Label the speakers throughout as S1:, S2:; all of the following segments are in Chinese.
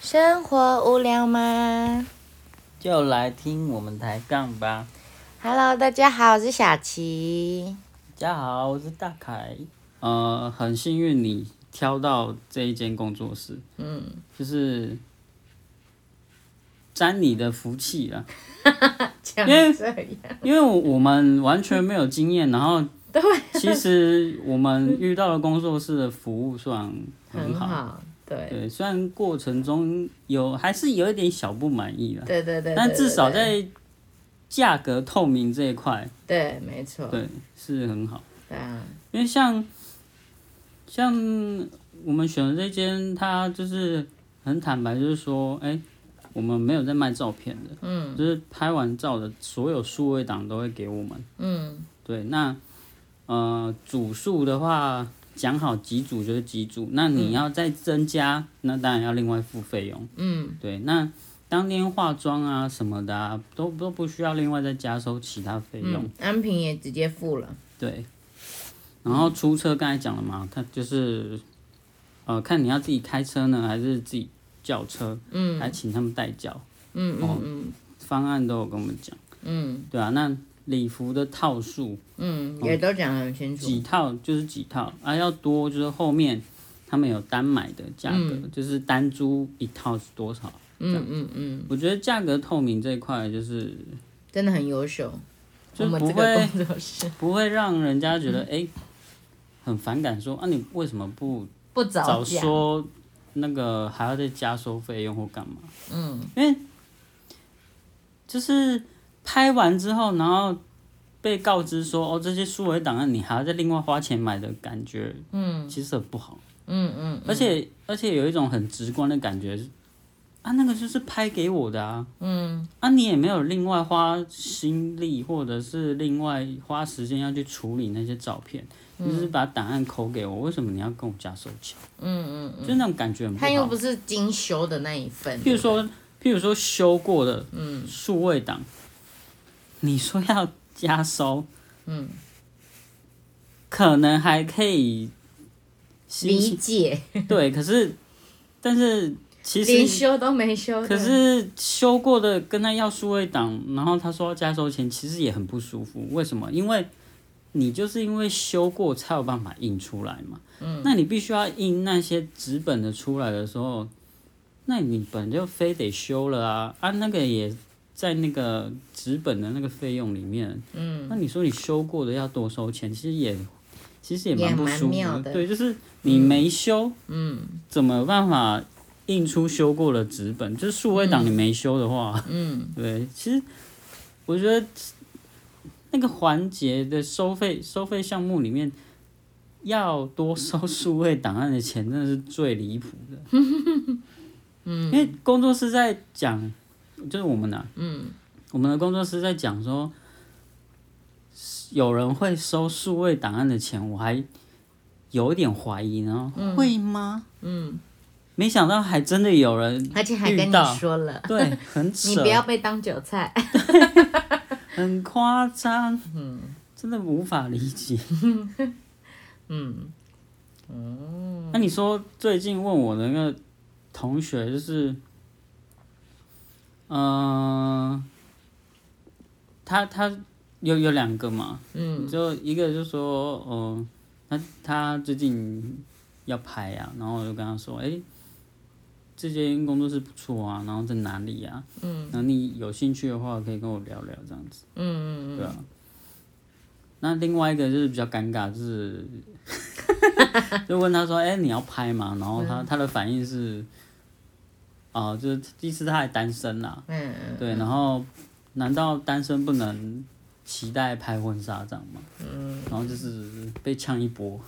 S1: 生活无聊吗
S2: 就来听我们抬杠吧。
S1: ？Hello，大家好，我是小琪。
S2: 大家好，我是大凯。呃，很幸运你挑到这一间工作室，
S1: 嗯，
S2: 就是沾你的福气啦。
S1: 讲
S2: 耶
S1: 样，
S2: 因为我我们完全没有经验，然后其实我们遇到的工作室的服务算很好。
S1: 好，对，
S2: 对，虽然过程中有还是有一点小不满意啦，
S1: 对对对
S2: 但至少在价格透明这一块，
S1: 对，没错，
S2: 对，是很好。
S1: 对啊，
S2: 因为像像我们选的这间，它就是很坦白，就是说，哎、我们没有在卖照片的，嗯，就是拍完照的所有数位档都会给我们，
S1: 嗯，
S2: 对，那呃组数的话。讲好几组就是几组，那你要再增加，那当然要另外付费用。嗯，对，那当天化妆啊什么的啊，都都不需要另外再加收其他费用。
S1: 嗯，安平也直接付了，
S2: 对，然后出车刚才讲了嘛，看就是，呃，看你要自己开车呢，还是自己叫车，嗯，还请他们代叫，
S1: 嗯嗯嗯
S2: 方案都有跟我们讲，
S1: 嗯
S2: 对啊，那礼服的套数哦
S1: 嗯，也都讲得很清楚，
S2: 几套就是几套啊，要多就是后面他们有单买的价格，就是单租一套是多少，
S1: 嗯嗯嗯，
S2: 我觉得价格透明这一块就是
S1: 真的很优秀。我
S2: 就
S1: 们这
S2: 不会
S1: 个工作室
S2: 不会让人家觉得哎、诶很反感说啊你为什么不
S1: 不
S2: 早
S1: 早讲，
S2: 说那个还要再加收费用或干嘛？
S1: 嗯，
S2: 因为就是拍完之后，然后被告知说哦，这些数位档案你还要再另外花钱买的感觉，嗯，其实很不好，
S1: 嗯嗯
S2: 而且而且有一种很直观的感觉是啊，那个就是拍给我的啊，嗯，啊你也没有另外花心力或者是另外花时间要去处理那些照片。你只是把档案抠给我，为什么你要跟我加收钱？
S1: 嗯
S2: 就那种感觉很
S1: 嗯，
S2: 不
S1: 他又
S2: 好。
S1: 不是精修的那一份，
S2: 譬如说，譬如说修过的数位档，你说要加收，
S1: 嗯，
S2: 可能还可以心
S1: 理
S2: 情
S1: 解，
S2: 对，可是但是其
S1: 连
S2: 实
S1: 修都没修，
S2: 可是修过的跟他要数位档，然后他说要加收钱，其实也很不舒服。为什么？因为你就是因为修过才有办法印出来嘛。嗯，那你必须要印那些纸本的出来的时候，那你本就非得修了啊啊，那个也在那个纸本的那个费用里面。嗯，那你说你修过的要多收钱，其实也其实也
S1: 也
S2: 蛮不
S1: 蛮
S2: 舒服
S1: 妙的
S2: 对，就是你没修，嗯，怎么有办法印出修过的纸本？就是数位档你没修的话，嗯，对，其实我觉得那个环节的收费收费项目里面，要多收数位档案的钱，真的是最离谱的。嗯，因为工作室在讲，就是我们呐、嗯，我们的工作室在讲说，有人会收数位档案的钱，我还有一点怀疑呢，会吗？嗯，没想到还真的有人
S1: 而且还跟
S2: 遇
S1: 你
S2: 到
S1: 说了，
S2: 对，很扯，
S1: 你不要被当韭菜。
S2: 很夸张，嗯，真的无法理 解。嗯，那你说最近问我的那个同学就是，嗯，他他有有两个嘛，嗯，就一个就说，嗯、他他最近要拍啊，然后我就跟他说，哎、这间工作室不错啊，然后在哪里啊？嗯，那你有兴趣的话，可以跟我聊聊这样子。嗯嗯嗯，对啊。那另外一个就是比较尴尬，就是 就问他说：“哎、你要拍吗？”然后他、他的反应是，哦、就是第四他还单身啦，
S1: 嗯
S2: 对，然后难道单身不能期待拍婚纱照吗？嗯，然后就是被呛一波，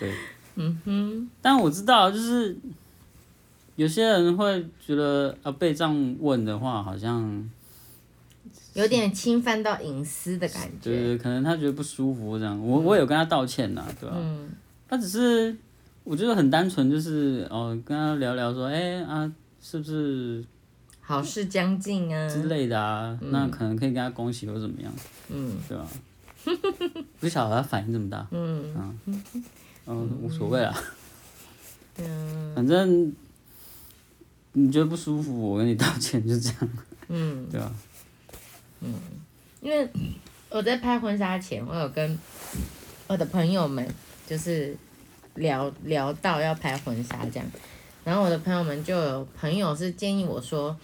S2: 对，嗯哼。但我知道，就是有些人会觉得啊，被这样问的话，好像
S1: 有点侵犯到隐私的感
S2: 对
S1: 觉。
S2: 对，可能他觉得不舒服这样。我我有跟他道歉呐，对吧、
S1: 嗯
S2: 他只是我觉得很单纯，就是哦，跟他聊聊说，哎、啊，是不是
S1: 好事将近啊，
S2: 之类的啊，那可能可以跟他恭喜或怎么样，
S1: 嗯
S2: 对吧、 不晓得他反应这么大，哦
S1: 嗯
S2: 啊嗯，无所谓啊，
S1: 嗯，
S2: 反正你觉得不舒服，我跟你道歉，就这样，
S1: 嗯，
S2: 对吧、
S1: 因为我在拍婚纱前，我有跟我的朋友们就是聊聊到要拍婚纱这样，然后我的朋友们就有朋友是建议我说，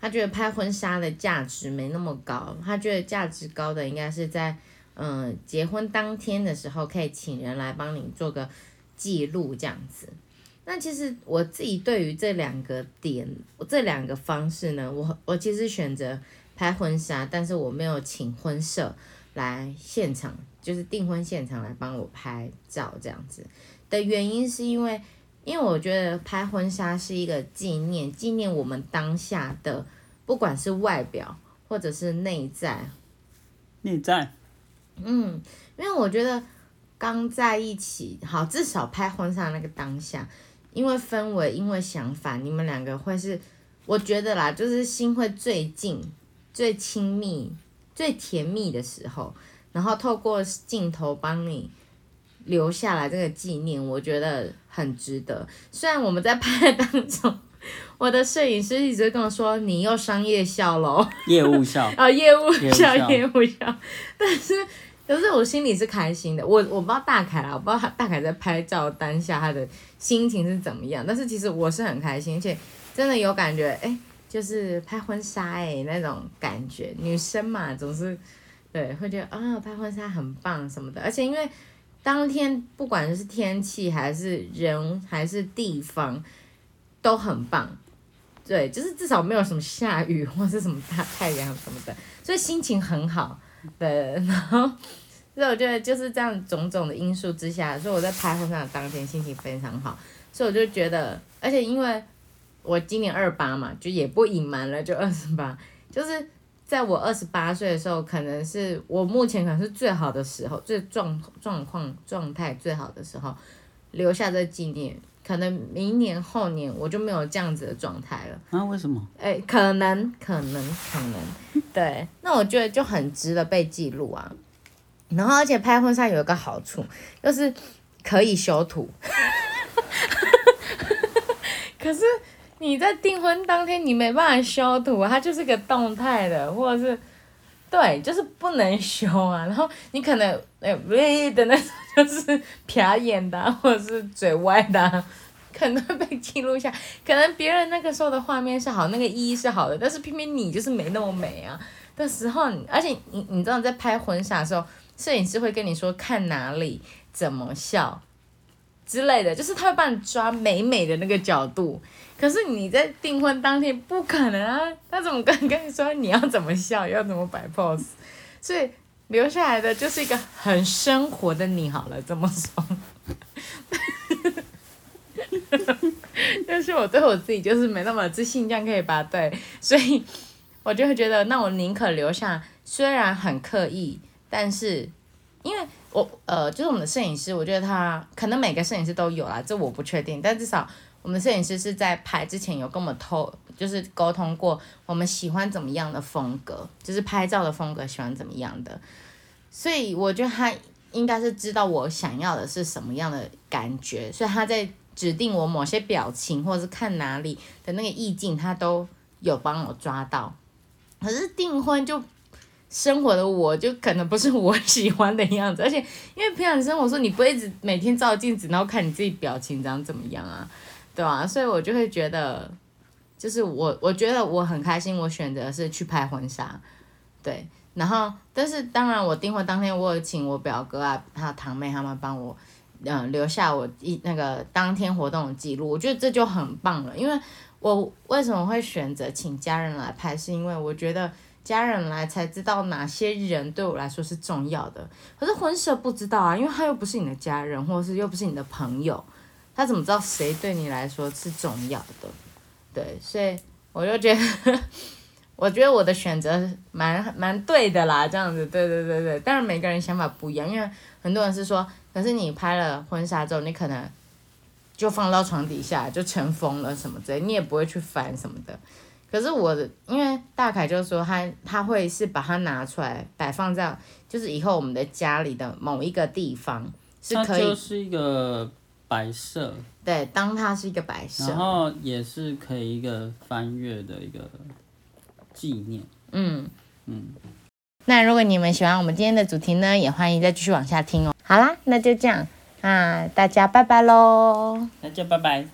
S1: 他觉得拍婚纱的价值没那么高，他觉得价值高的应该是在嗯、呃结婚当天的时候可以请人来帮你做个记录这样子。那其实我自己对于这两个点，我这两个方式呢，我我其实选择拍婚纱，但是我没有请婚摄来现场，就是订婚现场来帮我拍照这样子的原因，是因为因为我觉得拍婚纱是一个纪念，纪念我们当下的，不管是外表或者是内在，
S2: 内在，
S1: 嗯，因为我觉得刚在一起，好，至少拍婚纱那个当下，因为氛围，因为想法，你们两个会是，我觉得啦，就是心会最近、最亲密、最甜蜜的时候，然后透过镜头帮你留下来这个纪念，我觉得很值得。虽然我们在拍的当中， 我的摄影师一直跟我说：“你又商业笑喽。”，
S2: 业务效
S1: 啊，业务
S2: 业务
S1: 效，
S2: 效
S1: 业务效。但是，可是我心里是开心的。我我不知道大凯啦，我不知道他大凯在拍照当下他的心情是怎么样。但是其实我是很开心，而且真的有感觉，哎、就是拍婚纱哎、那种感觉。女生嘛，总是对会觉得啊、拍婚纱很棒什么的。而且因为当天不管是天气还是人还是地方都很棒。对，就是至少没有什么下雨或是什么大太阳什么的，所以心情很好。对，然后， 所以我觉得就是这样种种的因素之下，所以我在拍婚纱的当天心情非常好，所以我就觉得，而且因为我今年二八嘛，就也不隐瞒了，就二十八，就是在我二十八岁的时候，可能是我目前可能是最好的时候，最状状况状态最好的时候，留下这纪念。可能明年后年我就没有这样子的状态了。
S2: 啊，为什么？
S1: 哎、可能，可能，可 能，对。那我觉得就很值得被记录啊。然后，而且拍婚纱有一个好处，就是可以修图。 可是你在订婚当天，你没办法修图，它就是个动态的，或者是对，就是不能修啊。 然后你可能哎喂的那种，就是瞟眼的啊、或者是嘴歪的啊、可能会被记录下。可能别人那个时候的画面是好，那个意义是好的，但是偏偏你就是没那么美啊的时候你，而且你你知道你在拍婚纱的时候，摄影师会跟你说看哪里怎么笑之类的，就是他会帮你抓美美的那个角度。可是你在订婚当天不可能啊，他怎么跟跟你说你要怎么笑，要怎么摆 pose？所以留下来的就是一个很生活的你好了，这么说。但是我对我自己就是没那么自信，这样可以吧？对，所以我就会觉得，那我宁可留下，虽然很刻意，但是因为我呃，就是我们的摄影师，我觉得他可能每个摄影师都有啦，这我不确定，但至少我们的摄影师是在拍之前有跟我们透，就是沟通过我们喜欢怎么样的风格，就是拍照的风格喜欢怎么样的，所以我觉得他应该是知道我想要的是什么样的感觉，所以他在指定我某些表情或者是看哪里的那个意境，他都有帮我抓到。可是订婚就生活的我就可能不是我喜欢的样子，而且因为平常生活说你不会一直每天照镜子，然后看你自己表情长怎么样啊，对吧、所以我就会觉得，就是我我觉得我很开心，我选择是去拍婚纱，对。然后，但是当然，我订婚当天，我有请我表哥啊，还有堂妹他们帮我嗯、留下我一那个当天活动的记录，我觉得这就很棒了。因为我为什么会选择请家人来拍，是因为我觉得家人来才知道哪些人对我来说是重要的。可是婚摄不知道啊，因为他又不是你的家人，或者是又不是你的朋友，他怎么知道谁对你来说是重要的？对，所以我就觉得。 我觉得我的选择蛮蛮对的啦，这样子，对对对对。当然每个人想法不一样，因为很多人是说可是你拍了婚纱之后，你可能就放到床底下就尘封了什么之类，你也不会去翻什么的。可是我的，因为大凯就说他他会是把它拿出来摆放在，就是以后我们的家里的某一个地方是
S2: 它
S1: 可
S2: 就
S1: 以
S2: 是一个白色，
S1: 对，当它是一个摆设
S2: 然，后也是可以一个翻阅的一个纪念。
S1: 嗯，嗯。那如果你们喜欢我们今天的主题呢，也欢迎再继啊续往下听哦。好啦，那就这样，那大家拜拜喽。
S2: 大家拜拜。